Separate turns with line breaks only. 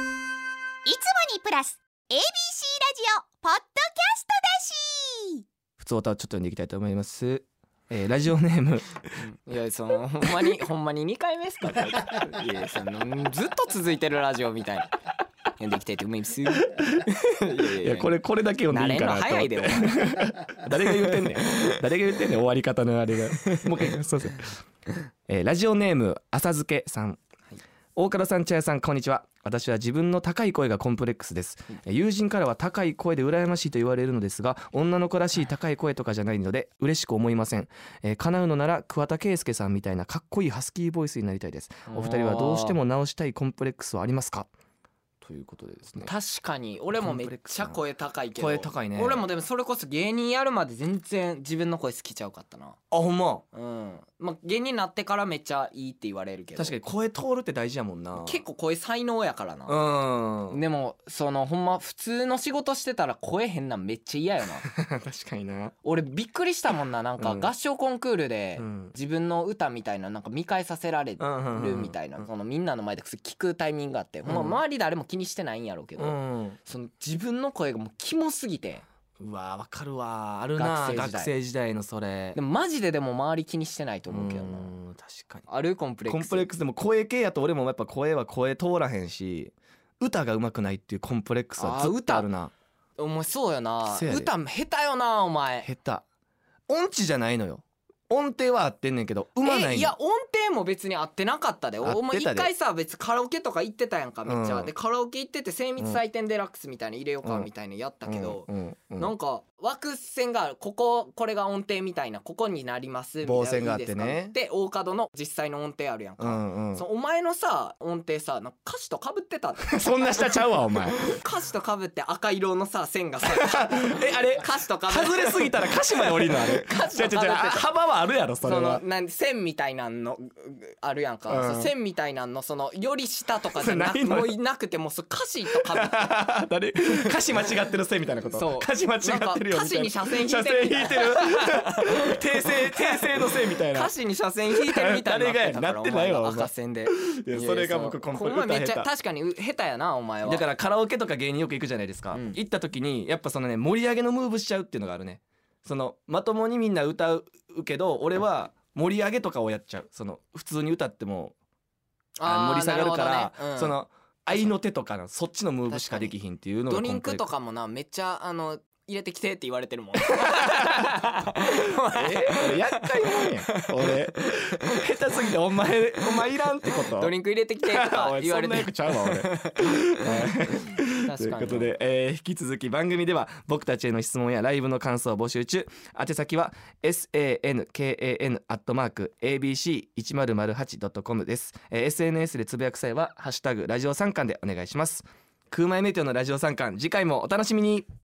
いつもにプラス ABC ラジオポッドキャストだし
普通歌をちょっと読んでいきたいと思います。えーラジオネーム
いやそのほんまにほんまに2回目ですか これいやそのずっと続いてるラジオみたいな読んでいきたいと思いま すいやい
いやこれこれだけ読ん
慣
でい
れ
い
ん
か
の
なと思
早
っ
い
て
でお前
誰が言ってんねん誰が言ってんねん終わり方の あれがもう一回そうそう、えーラジオネーム浅漬けさん、大倉さん茶屋さんこんにちは私は自分の高い声がコンプレックスです、えー友人からは高い声で羨ましいと言われるのですが女の子らしい高い声とかじゃないので嬉しく思いません、えー叶うのなら桑田佳祐さんみたいなかっこいいハスキーボイスになりたいですお二人はどうしても直したいコンプレックスはありますかということでですね
確かに俺もめっちゃ声高いけど
声高いね
俺もでもそれこそ芸人やるまで全然自分の声好きちゃうかったな
あほんま
うんまあ芸人になってからめっちゃいいって言われるけど
確かに声通るって大事やもんな
結構声才能やからな、
うん、
でもそのほんま普通の仕事してたら声変なんめっちゃ嫌よな
確かにな、
俺びっくりしたもんななんか
うん
合唱コンクールで
うん
自分の歌みたいななんか見返させられるみたいなそのみんなの前で聞くタイミングがあってほんま
うん
周り誰も気にしてないんやろうけ
う
ど
ん、
その自分の声がもうキモすぎて
うわわかるわあるな学生
学生時代
時代のそれ
でもマジででも周り気にしてないと思うけどな
うん確かに
あるコンプレッ
コ
ク
ン
ス
プレックスでも声系やと俺もやっぱ声は声通らへんし歌がうまくないっていうコンプレックスはずっとあるな
お前そうやな
せやで
歌下手よなお前
下手音痴じゃないのよ音程は合ってんねんけどうまな
え
い
い
の
や音程も別に合ってなかったで
合ってたで
お前一回さ別にカラオケとか行ってたやんかめっちゃ、
うん
でカラオケ行ってて精密採点デラックスみたいに入れようかみたいなやったけど、
うんうんうん
なんか枠線があるこここれが音程みたいなここになりますみたいな
棒線があってね
いいですかで大角の実際の音程あるやん
う
か、
んうん
そのお前のさ音程さなんか歌詞とかぶってた
そんな下ちゃうわお 前
歌詞とかぶって赤色のさ 線がさ
えあれ
歌詞とかぶって
外れすぎたら歌詞まで降りるのあれ
歌詞とかぶって
違う違う違うあ幅はあるやろそ
そ
れは
のなん線みたいなんのうあるやんか、
うん
その線みたいなんのそのより下とかじゃな
それ
く
ないの
も
よ
ういなくてもうその歌詞とかぶって
誰歌詞間違ってるせいみたいなこと
そう
歌詞 間違ってるよみたいな
なんか歌詞に斜線引
車
いてる
線引いてる 訂正訂正のせいみたいな
歌詞に斜線引いてるみたいになってたから
誰がやなってないわお
お前
前
赤線で
いやそれが僕
いや
コン
そ
プ
う
レ
ほんまめっち
歌
ゃ
下
確かにう下手やなお前は
だからカラオケとか芸人よく行くじゃないですか、
うん
行った時にやっぱそのね盛り上げのムーブしちゃうっていうのがあるねそのまともにみんな歌うけど俺は盛り上げとかをやっちゃうその普通に歌ってもあ
あー
盛り下がるから
なほどねうん
その愛の手とかのそっちのムーブしかできひんっていうのが
ドリン
コ
ク
ンプレ
と
ックス
かもなめっちゃあの入れてきてって言われて るもん
え俺厄介もんや 俺 下手すぎてお前お前いらんってこと
ドリンク入れてきてと
お
か
い
言われ
そ
て
んな役ちゃうわ俺とい
確
う
か
こと
に
で、えー引き続き番組では僕たちへの質問やライブの感想を募集中宛先は sankan.abc1008.com です、えー SNS でつぶやく際は「ハッシュタグラジオ三冠」でお願いします空前名店のラジオ三冠次回もお楽しみに